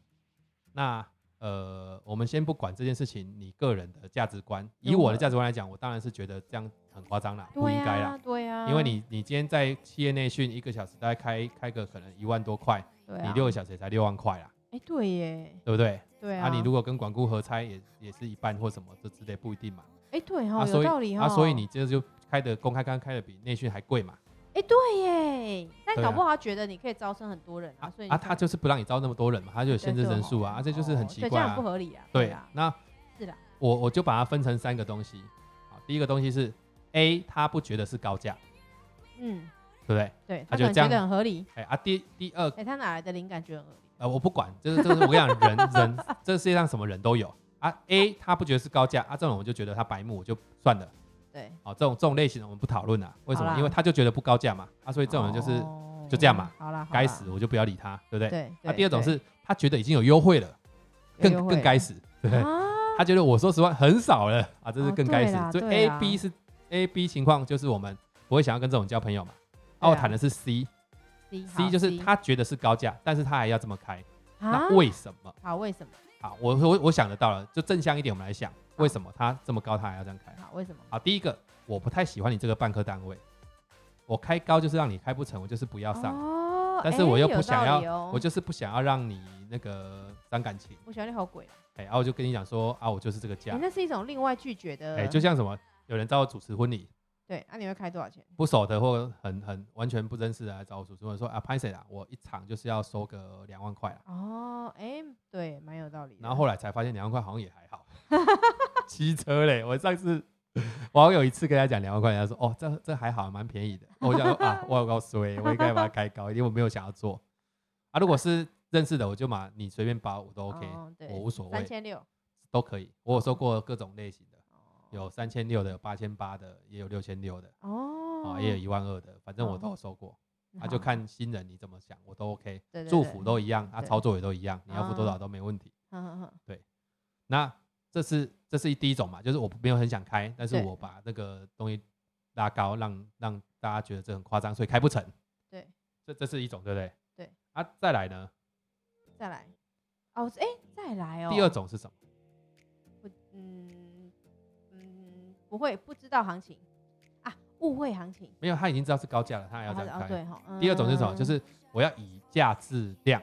A: 那。呃，我们先不管这件事情，你个人的价值观，以
B: 如
A: 我的
B: 何
A: 价值观来讲，我当然是觉得这样很夸张啦，不
B: 对啊
A: 应该啦
B: 呀、。对啊呀、
A: 因为你你今天在企业内训一个小时，大概开开个可能一万多块，
B: 对、啊、
A: 你六个小时也才六万块啦，
B: 哎、对耶，
A: 对不对？
B: 对啊，
A: 你如果跟管顾合拆也也是一半或什么这之类，不一定嘛。
B: 哎、对哈、
A: 啊，所
B: 有
A: 以
B: 道理哈、
A: 啊，所以你这就开的公开刚开的比内训还贵嘛。
B: 哎、对耶，但
A: 对
B: 搞
A: 啊
B: 不好他觉得你可以招生很多人啊，
A: 啊
B: 所以
A: 啊，
B: 你看
A: 他就是不让你招那么多人嘛，他就有限制人数啊，啊这就是很
B: 哦
A: 奇
B: 对
A: 怪
B: 这样很不
A: 啊。
B: 合理啊，
A: 对
B: 啊，，
A: 那
B: 是啦，
A: 我我就把它分成三个东西。好，第一个东西是 A，他不觉得是高价，
B: 嗯，
A: 对不对？
B: 对
A: 他
B: 他
A: 觉得
B: 可能
A: 这样
B: 觉得很合理，
A: 哎啊，第第二
B: 哎、他哪来的灵感觉得很合理？
A: 呃，我不管，这是这是我跟你讲，人人这世界上什么人都有啊。A 他不觉得是高价啊，这种我就觉得他白目，我就算了。
B: 对，
A: 哦，这种这种类型的我们不讨论啊，为什
B: 好
A: 么？
B: 啦
A: 因为他就觉得不高价嘛啊，所以这种人就是
B: 哦
A: 就这样嘛，
B: 好啦，好啦
A: 该死，，我就不要理他，对不对？
B: 对。
A: 那、
B: 对
A: 第二种
B: 对
A: 是他觉得已经有优惠了，更
B: 有优惠
A: 更该死，对不对？
B: 啊，
A: 他觉得我说实话很少了啊，这是
B: 哦
A: 更该死。
B: 对啦
A: 所以
B: 对
A: A
B: 啦
A: B 是 A B 情况就是我们不会想要跟这种交朋友嘛。啊，
B: 对
A: 我
B: 啊
A: 谈的是 C，C
B: 好
A: 就是
B: ，C
A: 他觉得是高价，但是他还要这么开，
B: 啊
A: 那，为什么？
B: 好，为什么？
A: 好，我我我想得到了，就正向一点，我们来想，为什么他这么高，他还要这样开？
B: 好，为什么？
A: 好，第一个，我不太喜欢你这个办课单位，我开高就是让你开不成，我就是不要上，
B: 哦
A: 但是我
B: 哎
A: 又不
B: 有
A: 想
B: 道
A: 要
B: 理哦
A: 我就是不想要让你那个伤感情，
B: 我喜欢你好鬼啦，
A: 哎，然、后我就跟你讲说啊，我就是这个价
B: 哎，，那是一种另外拒绝的，
A: 哎，就像什么，有人找我主持婚礼，
B: 对，啊那你会开多少钱？
A: 不熟的或很很完全不认识的来找我主持，我说啊，拍谁啦，我一场就是要收个两万块啊啦，
B: 哦，哎，对，蛮有道理的。
A: 然后后来才发现两万块好像也还好， 骑车嘞。我上次我好像有一次跟他讲两万块，他说哦，这这还好，蛮便宜的。我想说啊，我有告诉我应该把它开高一点，因为我没有想要做啊。如果是认识的我就嘛，你随便包我都 OK，、
B: 哦对
A: 我无所
B: 三
A: 谓，
B: 千哦六，
A: 都可以。我有收过各种类型的，
B: 哦
A: 有三千六的，有八千八的，也有六千六的，
B: 哦
A: 啊，也有一万二的，反正我都有收过。啊，就
B: 好
A: 看新人你怎么想，我都 OK，
B: 对对
A: 祝
B: 对
A: 福都一样，啊，
B: 对
A: 操作也都一样，你要付多
B: 啊
A: 少都没问题。
B: 哼哼哼
A: 那这是这是第一种嘛，就是我没有很想开，但是
B: 对
A: 我把那个东西拉高，让让大家觉得这很夸张，所以开不成。
B: 对，
A: 这这是一种，对不对？
B: 对。
A: 啊，再来呢，
B: 再来哦，哎再来哦，
A: 第二种是什么？
B: 不，嗯嗯，不会不知道行情啊，误会行情，
A: 没有，他已经知道是高价了，他还要
B: 然
A: 这
B: 后
A: 样开。
B: 哦对哈，
A: 第二种是什么？就
B: 嗯
A: 是我要以价质量。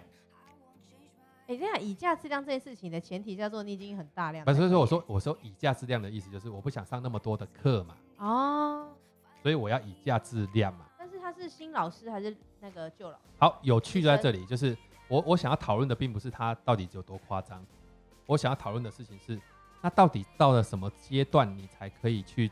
B: 哎，这样以价质量这件事情的前提叫做你已经很大量
A: 不啊
B: 才
A: 是，
B: 可以
A: 所
B: 了，
A: 以说我说我说以价质量的意思就是我不想上那么多的课嘛，
B: 哦，
A: 所以我要以价质量嘛。
B: 但是他是新老师还是那个旧老师？
A: 好，有趣就在这里，就是我我想要讨论的并不是它到底有多夸张，我想要讨论的事情是，那到底到了什么阶段你才可以去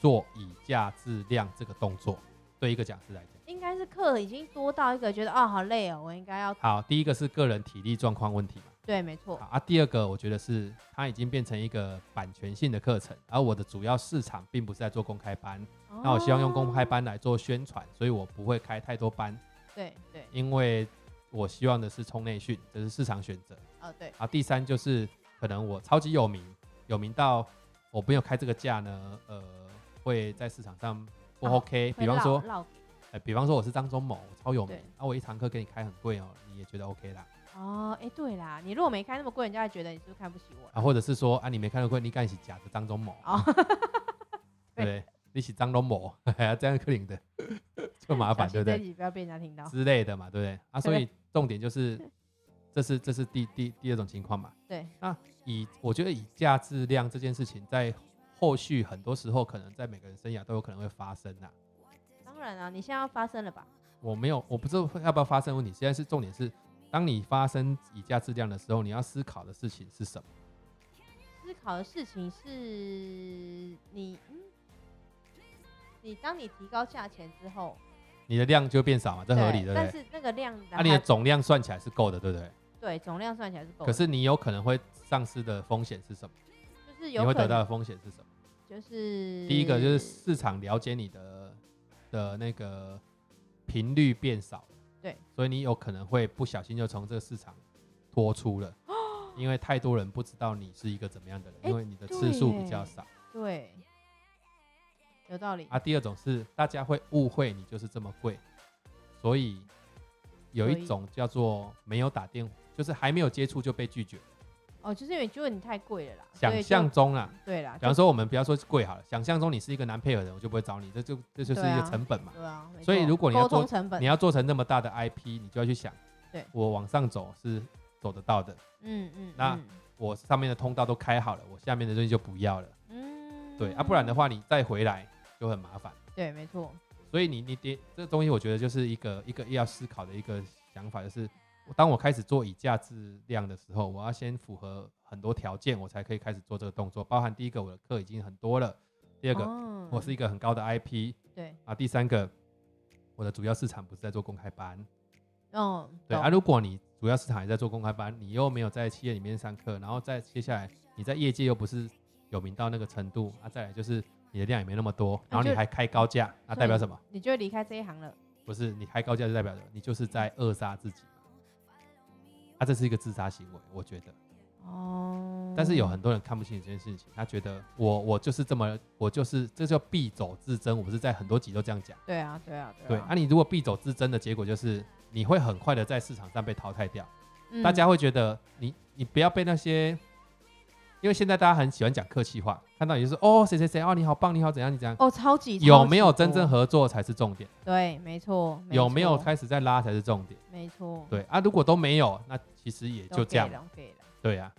A: 做以价质量这个动作？对一个讲师来讲，
B: 应该是课已经多到一个觉得哦好累哦，我应该要
A: 好，第一个是个人体力状况问题嘛，
B: 对，没错
A: 好，啊，第二个我觉得是它已经变成一个版权性的课程，而我的主要市场并不是在做公开班，那我希望用公开
B: 哦
A: 班来做宣传，所以我不会开太多班，
B: 对对
A: 因为我希望的是冲内训，这是市场选择。
B: 哦对
A: 啊，第三就是可能我超级有名，有名到我没有开这个价呢，呃，会在市场上不
B: 啊
A: OK、
B: 会
A: 比方
B: 绕
A: 说，
B: 绕
A: 呃，比方说我是张忠谋，我超有名
B: 对，
A: 啊，我一堂课给你开很贵哦，你也觉得 OK 啦，
B: 哦哎对啦，你如果没开那么贵，人家会觉得你是不是看不起我
A: 啊，或者是说啊，你没看到贵，你敢是假的张忠谋，
B: 哦
A: 对不对？你是张忠谋， 还要这样克领的，就麻
B: 小
A: 烦，对
B: 心
A: 不
B: 这
A: 对
B: 一？集不要被人家听到。
A: 之类的嘛，对不对？啊，所
B: 对
A: 以重点就是，这是这是第第第二种情况嘛。
B: 对，
A: 那以我觉得以价质量这件事情，在后续很多时候可能在每个人生涯都有可能会发生啊。
B: 当然啊，你现在要发生了吧？
A: 我没有，我不知道要不要发生问题。现在是重点是，当你发生以价质量的时候，你要思考的事情是什么？
B: 思考的事情是你，嗯，你当你提高价钱之后，
A: 你的量就会变少嘛，这合理对不
B: 对，但
A: 对？啊
B: 是那个量的
A: 那、你的
B: 还
A: 总量算起来是够的，对不对？
B: 对总量算起来是够
A: 可
B: 的，
A: 是你有可能会丧失的风险是什么？
B: 就是
A: 你
B: 有
A: 会
B: 可
A: 得到
B: 能
A: 的风险是什么？
B: 就是
A: 第一个就是市场了解你的的那个频率变少了，
B: 对，
A: 所以你有可能会不小心就从这个市场脱出 了，因为太多人不知道你是一个怎么样的人，
B: 诶
A: 因为你的
B: 对
A: 次数比较
B: 耶
A: 少。
B: 对，有道理，
A: 啊，第二种是大家会误会你就是这么贵，所以有
B: 所
A: 一
B: 以
A: 种叫做没有打电话，就是还没有接触就被拒绝。
B: 哦，就是因为觉得你太贵了啦，所
A: 想
B: 以就
A: 象中啊，
B: 对啦，
A: 比方
B: 就
A: 说我们不要说是贵好了，想象中你是一个难配合的人，我就不会找你，这就这就是
B: 对
A: 一个
B: 啊
A: 成本嘛。
B: 对啊，没
A: 所以
B: 错
A: 如果你要
B: 沟
A: 做
B: 通成本
A: 你，要做成那么大的 IP，你就要去想，
B: 呃对
A: 我往上走是走得到的，
B: 嗯嗯，
A: 那
B: 嗯
A: 我上面的通道都开好了，我下面的东西就不要了，
B: 嗯，
A: 对啊，不然的话你再回来就很麻烦。
B: 对，没错，
A: 所以你你得这东西，我觉得就是一个一个要思考的一个想法，就是当我开始做以价质量的时候，我要先符合很多条件，我才可以开始做这个动作，包含第一个我的课已经很多了，第二个、
B: 哦
A: 我是一个很高的 IP
B: 对，
A: 啊，第三个我的主要市场不是在做公开班。
B: 嗯，
A: 对
B: 懂
A: 啊，如果你主要市场也在做公开班，你又没有在企业里面上课，然后再接下来你在业界又不是有名到那个程度啊，再来就是你的量也没那么多，然后你
B: 啊就
A: 还开高价，那、代表什么？
B: 你就会离开这一行了。
A: 不是你开高价就代表着你就是在扼杀自己嘛，啊，这是一个自杀行为，我觉得。
B: 嗯哦，
A: 但是有很多人看不清楚这件事情，他觉得我我就是这么，我就是这叫必走自珍，我不是在很多集都这样讲。
B: 对啊，对啊，
A: 对，
B: 啊
A: 啊，你如果必走自珍的结果就是你会很快的在市场上被淘汰掉。
B: 嗯
A: 大家会觉得你你不要被那些，因为现在大家很喜欢讲客气话，看到你就是哦谁谁谁哦你好棒你好怎样你怎样，
B: 哦，超级
A: 有没有真正
B: 和
A: 合作才是重点，
B: 对，没错，
A: 有没有
B: 错
A: 开始在拉才是重点。
B: 没错，
A: 对啊，如果都没有，那其实也
B: 都
A: 就这样
B: 给。了，给了，
A: 对啊，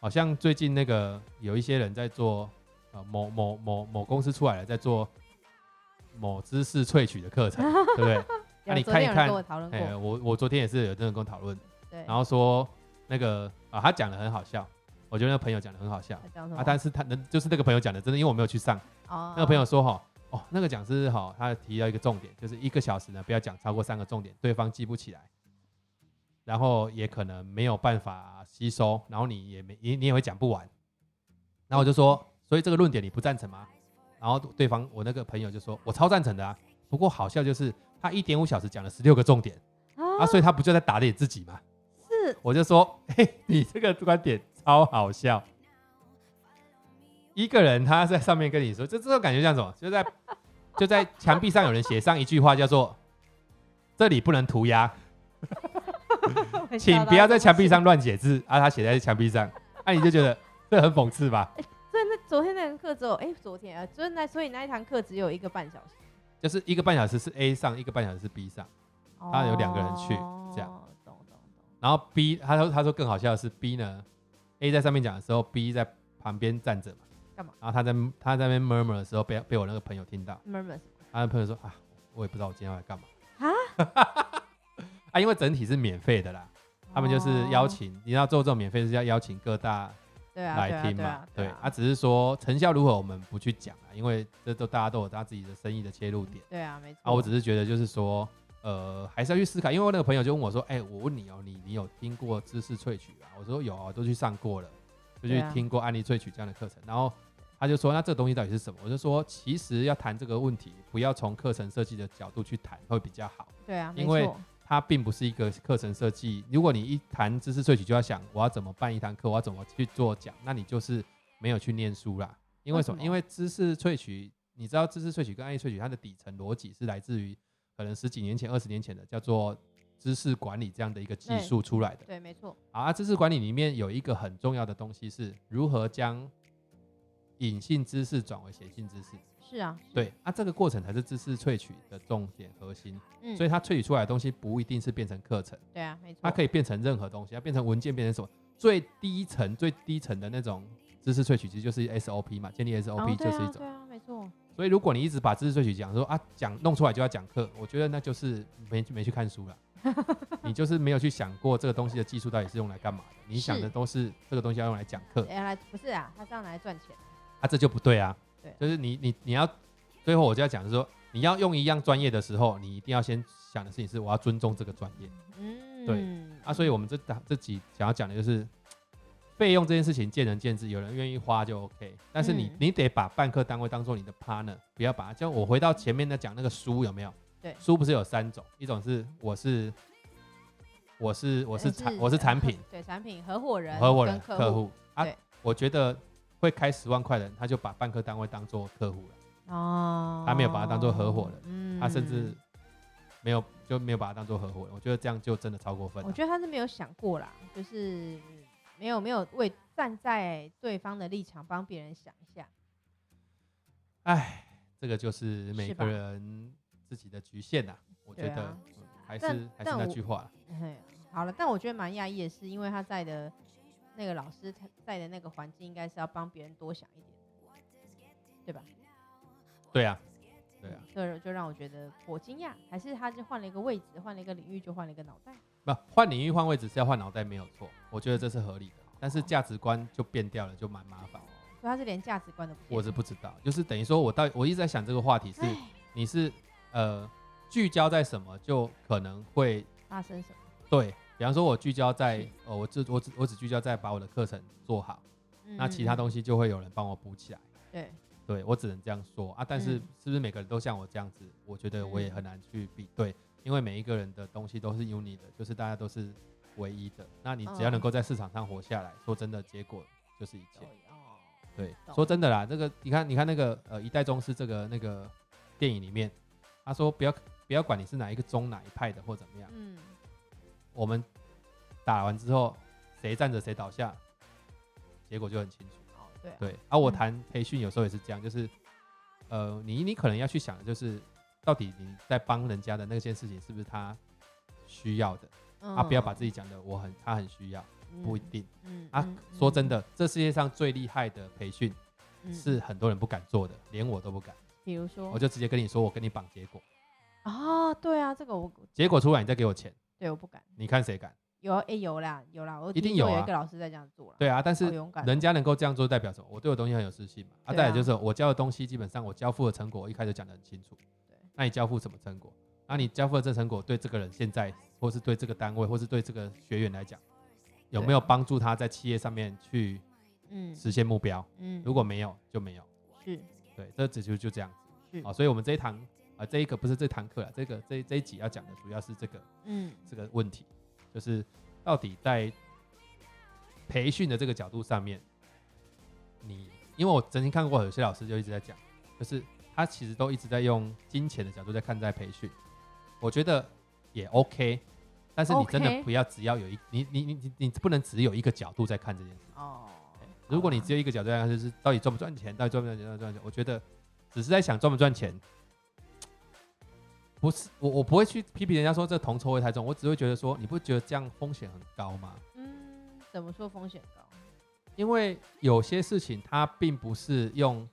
A: 好像最近那个有一些人在做呃某某某某公司出来了，在做某知识萃取的课程，对不对？ 那
B: 有
A: 啊你
B: 昨
A: 看一
B: 天有人
A: 看
B: 跟我讨论
A: 哎、
B: 过，
A: 我我昨天也是有真的跟我讨论，
B: 对，
A: 然后说那个啊，他讲的很好笑，我觉得那个朋友讲的很好笑
B: 他讲什
A: 啊
B: 么，？
A: 但是他能就是那个朋友讲的，真的，因为我没有去上，
B: 哦
A: 那个朋友说哈，哦，那个讲师哈，他提到一个重点，就是一个小时呢不要讲超过三个重点，对方记不起来。然后也可能没有办法吸收，然后你也没你你也会讲不完。然后我就说，所以这个论点你不赞成吗？然后对方我那个朋友就说，我超赞成的啊。不过好笑就是他一点五小时讲了十六个重点啊，
B: 啊，
A: 所以他不就在打脸自己吗？
B: 是
A: 我就说，嘿，你这个观点超好笑。一个人他在上面跟你说，这这种感觉像什么？就在就在墙壁上有人写上一句话，叫做“这里不能涂鸦”。
B: 我笑
A: 请
B: 到
A: 不要在
B: 不
A: 墙壁
B: 行
A: 上乱写字啊！他写在墙壁上，那、你就觉得这很讽刺吧？
B: 所以那昨天那堂课只有，哎、昨天啊，就是那所以那一堂课只有一个半小时，
A: 就是一个半小时是 A 上，一个半小时是 B 上，他有两个人去这样
B: 哦，懂懂懂，
A: 然后 B 他说他说更好笑的是 B 呢，A 在上面讲的时候，B 在旁边站着嘛，
B: 干嘛？
A: 然后他在他在那边 murmur 的时候，被被我那个朋友听到，
B: m u r m u r
A: 他的朋友说啊，我也不知道我今天要来干嘛
B: 啊
A: 啊，因为整体是免费的啦，他们
B: 哦
A: 就是邀请，你要做这种免费是要邀请各大
B: 对啊
A: 来听
B: 对
A: 嘛
B: 啊，
A: 对，
B: 啊
A: 他只是说成效如何我们不去讲啊，因为这都大家都有他自己的生意的切入点。
B: 对啊，没错
A: 啊，我只是觉得就是说，呃，还是要去思考，因为我那个朋友就问我说，哎、我问你哦，你你有听过知识萃取啊？我说有啊，我都去上过了，就去
B: 对啊
A: 听过案例萃取这样的课程。然后他就说，那这个东西到底是什么？我就说，其实要谈这个问题，不要从课程设计的角度去谈，会比较好。
B: 对啊，
A: 因
B: 没
A: 为
B: 错
A: 它并不是一个课程设计。如果你一谈知识萃取，就要想我要怎么办一堂课，我要怎么去做讲，那你就是没有去念书啦。因为什么？
B: 为什么
A: 因为知识萃取，你知道知识萃取跟案例萃取它的底层逻辑是来自于可能十几年前、二十年前的叫做知识管理这样的一个技术出来的。
B: 对，没错，
A: 好啊，知识管理里面有一个很重要的东西是如何将隐性知识转为显性知识。
B: 是啊，是，
A: 对，啊，这个过程才是知识萃取的重点核心。
B: 嗯，
A: 所以它萃取出来的东西不一定是变成课程，
B: 对啊，没错，
A: 它可
B: 以
A: 以变成任何东西，它变成文件，变成什么？最低层、最低层的那种知识萃取，其实就是 SOP 嘛，建立 SOP 就是一种。
B: 哦对啊，没错，
A: 所以如果你一直把知识萃取讲说啊讲弄出来就要讲课，我觉得那就是没没去看书 了，你就是没有去想过这个东西的技术到底是用来干嘛的，你想的
B: 是
A: 都是这个东西要用来讲课，
B: 原来不是啊，他这样来赚钱，
A: 啊这就不对啊。
B: 对
A: 就是你你你要最后我就要讲的是说，你要用一样专业的时候，你一定要先想的事情是我要尊重这个专业。
B: 嗯，
A: 啊，所以我们这这集想要讲的就是费用这件事情见仁见智，有人愿意花就 OK，但是你、
B: 嗯
A: 你得把办课单位当做你的 partner，不要把它。就我回到前面的讲那个书有没有？
B: 对
A: 书不是有三种，一种是我是我是我是产我是产品，
B: 呃对产品合伙人、
A: 合伙人
B: 客
A: 客户啊
B: 对，
A: 我觉得会开十万块的人，他就把办课单位当做客户了，
B: 哦，
A: 他没有把它当作合伙人
B: 嗯
A: 他甚至没有就没有把它当做合伙人，我觉得这样就真的超过分了
B: 我。觉得他是没有想过啦，就是没有没有为站在对方的立场帮别人想一下，
A: 唉，这个就是每
B: 是
A: 个
B: 吧
A: 人自己的局限呐、我觉
B: 对
A: 得、
B: 啊
A: 嗯还是
B: 但
A: 还是那
B: 但我
A: 句话啦，
B: 哎，好了，但我觉得蛮讶异的是，因为他在的那个老师他在的那个环境，应该是要帮别人多想一点，
A: 对啊，对啊，
B: 所以就让我觉得颇惊讶，还是他就换了一个位置，换了一个领域，就换了一个脑袋。
A: 不换领域换位置是要换脑袋没有错，我觉得这是合理的，但是价值观就变掉了，就蛮麻烦。
B: 所以他是连价值观都不见
A: 我是不知道，就是等于说我到我一直在想这个话题是
B: 唉
A: 你是呃聚焦在什么，就可能会
B: 发生什么？
A: 对，比方说我聚焦在
B: 是
A: 哦，我只我只我只聚焦在把我的课程做好，
B: 嗯
A: 那其他
B: 嗯
A: 东西就会有人帮我补起来。
B: 嗯对，
A: 对我只能这样说啊，但是
B: 嗯
A: 是不是每个人都像我这样子？我觉得我也
B: 嗯
A: 很难去比对，因为每一个人的东西都是 uni 的，就是大家都是唯一的。那你只要能
B: 嗯
A: 够在市场上活下来，说真的，结果就是一切。
B: 哦，
A: 对，
B: 懂
A: 说真的啦，这个你看，你看那个呃，一代宗师这个那个电影里面，他说不要不要管你是哪一个宗哪一派的或怎么样，
B: 嗯，
A: 我们打完之后谁站着谁倒下，结果就很清楚。
B: 哦，对啊，
A: 对，啊，我
B: 嗯
A: 谈培训有时候也是这样，就是，呃，你你可能要去想，的就是到底你在帮人家的那件事情是不是他需要的，
B: 嗯
A: 啊，不要把自己讲的我很他很需要，不一，定
B: 嗯嗯
A: 啊
B: 嗯。
A: 说真
B: 嗯
A: 的，这世界上最厉害的培训
B: 嗯哦
A: 是很多人不敢做的，连我都不敢，
B: 比如说
A: 我就直接跟你说，我跟你绑结果，
B: 啊，对啊，这个我
A: 结果出来你再给我钱，
B: 对我不敢，
A: 你看谁敢？
B: 有诶有啦有啦，我
A: 一定
B: 听说
A: 有
B: 有
A: 啊
B: 一个老师在这样做了，
A: 对啊，但
B: 好
A: 是
B: 勇敢哦，
A: 人家能够这样做，代表什么？我对我东西很有自信嘛。啊，
B: 对啊
A: 再来就是我教的东西，基本上我交付的成果，我一开始讲的很清楚
B: 对。
A: 那你交付什么成果？那你交付的这成果对这个人现在，或是对这个单位，或是对这个学员来讲，有没有帮助他在企业上面去
B: 嗯
A: 实现目标？
B: 嗯，
A: 如果没有，就没有。
B: 是
A: 对，这只就就这样子。
B: 是
A: 好，所以我们这一堂啊、这一个不是这堂课了，这个这这一集要讲的主要是这个
B: 嗯
A: 这个问题，就是到底在培训的这个角度上面，你因为我曾经看过有些老师就一直在讲，就是他其实都一直在用金钱的角度在看待培训，我觉得也 OK，但是你真的
B: OK
A: 不要只要有一你你你你你不能只有一个角度在看这件事。
B: 哦。
A: 如果你
B: 好
A: 只有一个角度在看，就是到底赚不赚钱，到底赚不赚钱，到底赚不赚钱，我觉得只是在想赚不赚钱，不是我我不会去批评人家说这铜臭味太重，我只会觉得说你不觉得这样风险很高吗？
B: 啦嗯，怎么说风险高？
A: 因为有些事情它并不是用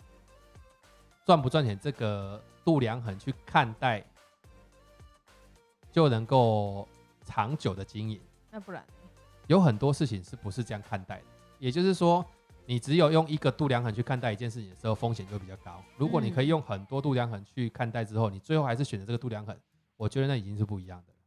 A: 赚不赚钱这个度量衡去看待，就能够长久的经营。
B: 那不然呢
A: 有很多事情是不是这样看待的？也就是说，你只有用一个度量衡去看待一件事情的时候，风险就会比较高。如果你可以用很多度量衡去看待之后，你最后还是选择这个度量衡，我觉得那已经是不一样的了。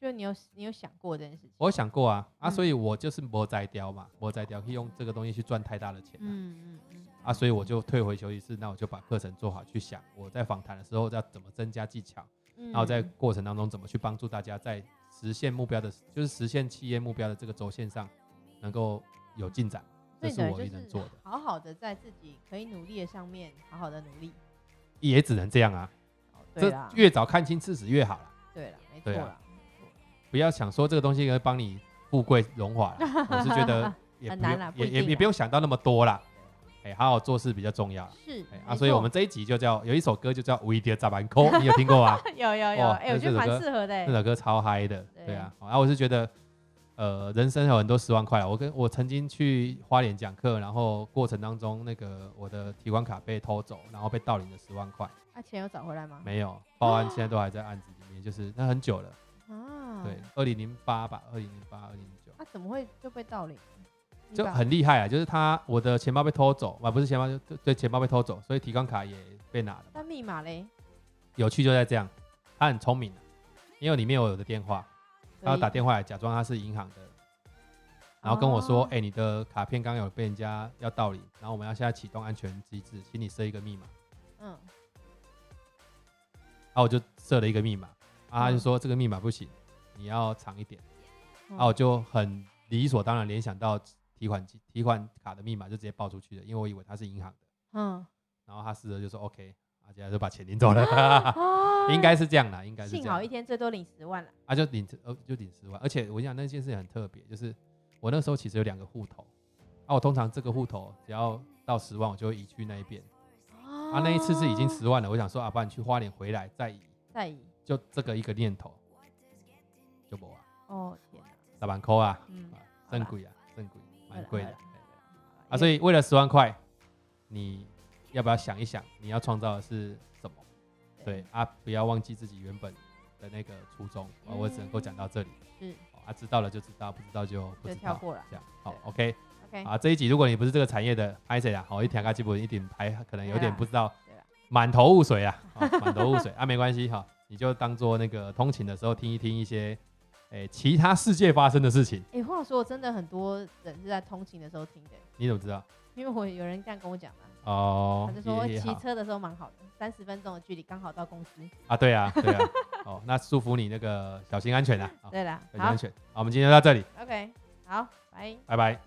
B: 就你有你有想过这件事情？
A: 我有想过啊啊，
B: 嗯
A: 所以我就是没摘雕嘛，没摘雕可以用这个东西去赚太大的钱啊、
B: 嗯嗯嗯，
A: 啊，所以我就退回休息室，那我就把课程做好，去想我在访谈的时候要怎么增加技巧，
B: 嗯
A: 然后在过程当中怎么去帮助大家在实现目标的，就是实现企业目标的这个轴线上能够有进展，这
B: 所以
A: 是
B: 等于
A: 我
B: 就
A: 也能做的，
B: 好好的在自己可以努力的上面好好的努力。
A: 也只能这样啊，
B: 哦对
A: 这
B: 啦，
A: 越早看清事实越好了，
B: 对啦，没错
A: 对啊
B: 啦，
A: 不要想说这个东西可以帮你富贵荣华啦， 我是觉得也
B: 很
A: 不用
B: 难啦不
A: 也
B: 一
A: 也
B: 定
A: 也
B: 啦
A: 不用想到那么多啦，哎，好好做事比较重要啦。
B: 是
A: 哎啊，
B: 没
A: 所以我
B: 错
A: 们这一集就叫有一首歌就叫《We d e 咋办 Call》，你有听过吗？
B: 有有有，
A: 哇
B: 哎，我
A: 那这
B: 觉得
A: 首
B: 蛮
A: 歌
B: 适合的
A: 那
B: 欸。
A: 首歌超嗨的，
B: 对
A: 对啊。然后我是觉得，呃，人生有很多十万块啦。我跟我曾经去花莲讲课，然后过程当中，那个我的提款卡被偷走，然后被盗领了十万块，
B: 那啊钱有找回来吗？
A: 没有报案，现在都还在案子里面，就是那很久了，
B: 啊，
A: 对，，二零零八吧，二零零八、二零零九，
B: 那啊怎么会就被盗领？你
A: 就
B: 把
A: 很厉害啊。就是他我的钱包被偷走，啊，不是钱包，就对对，钱包被偷走，所以提款卡也被拿了嘛。
B: 那密码嘞？
A: 有趣就在这样，他很聪明、啊，因为里面有我的电话，他要
B: 所以
A: 打电话来假装他是银行的然后跟我说：“
B: 哦
A: 哎、你的卡片刚刚有被人家要盗领，然后我们要现在启动安全机制，请你设一个密码。
B: 嗯，”
A: 然后我就设了一个密码，啊，他就
B: 嗯
A: 说这个密码不行，你要长一点。
B: 嗯
A: 啊，我就很理所当然联想到提款机提款卡的密码，就直接报出去了，因为我以为他是银行的。
B: 嗯，
A: 然后他试着就说 OK，啊，接下来就把钱领走了，
B: 啊
A: 应该是这样啦，应该是这
B: 幸
A: 样
B: 好一。天最多领十万了。
A: 啊，就领呃就领十万，而且我跟你讲那件事情很特别，就是我那时候其实有两个户头，啊，我通常这个户头只要到十万，我就会移去那一边。啊，
B: 啊
A: 那一次是已经十万了，我想说啊，不然去花莲回来再移，
B: 在意
A: 就这个一个念头，就没啊，
B: 哦，天哪，
A: 十万块啊，
B: 嗯，好
A: 真
B: 啦
A: 贵啊，真贵，
B: 会
A: 蛮
B: 啦
A: 贵
B: 会
A: 的
B: 啦
A: 啊。所以为了十万块，你要不要想一想，你要创造的是什么？对啊，不要忘记自己原本的那个初衷。啊我只能够讲到这里。
B: 是
A: 好啊，知道了就知道，不知道就不
B: 嗯就
A: 知
B: 跳
A: 道。
B: 过了。
A: 这样好
B: 对
A: ，OK，
B: OK，
A: 啊，这一集如果你不是这个产业的，拍谁啊？好，一条嘎基本一点拍，可能有
B: 对
A: 点
B: 啦
A: 不知道
B: 对啦，
A: 满头雾水啊，啊满头雾水啊，没关系哈，你就当做那个通勤的时候听一听一些，诶，其他世界发生的事情，
B: 哎，话说，真的很多人是在通勤的时候听的，
A: 你怎么知道？
B: 因为我有人这样跟我讲的，啊
A: 哦
B: 他就，说
A: 也也
B: 骑
A: 好
B: 车的时候蛮好的，三十分钟的距离刚好到公司。
A: 啊，对啊，对啊，哦，那祝福你那个小心安全啊，好
B: 对啦，
A: 小心
B: 好
A: 安全，好，我们今天就到这里，
B: ，OK，好，拜。
A: 拜拜。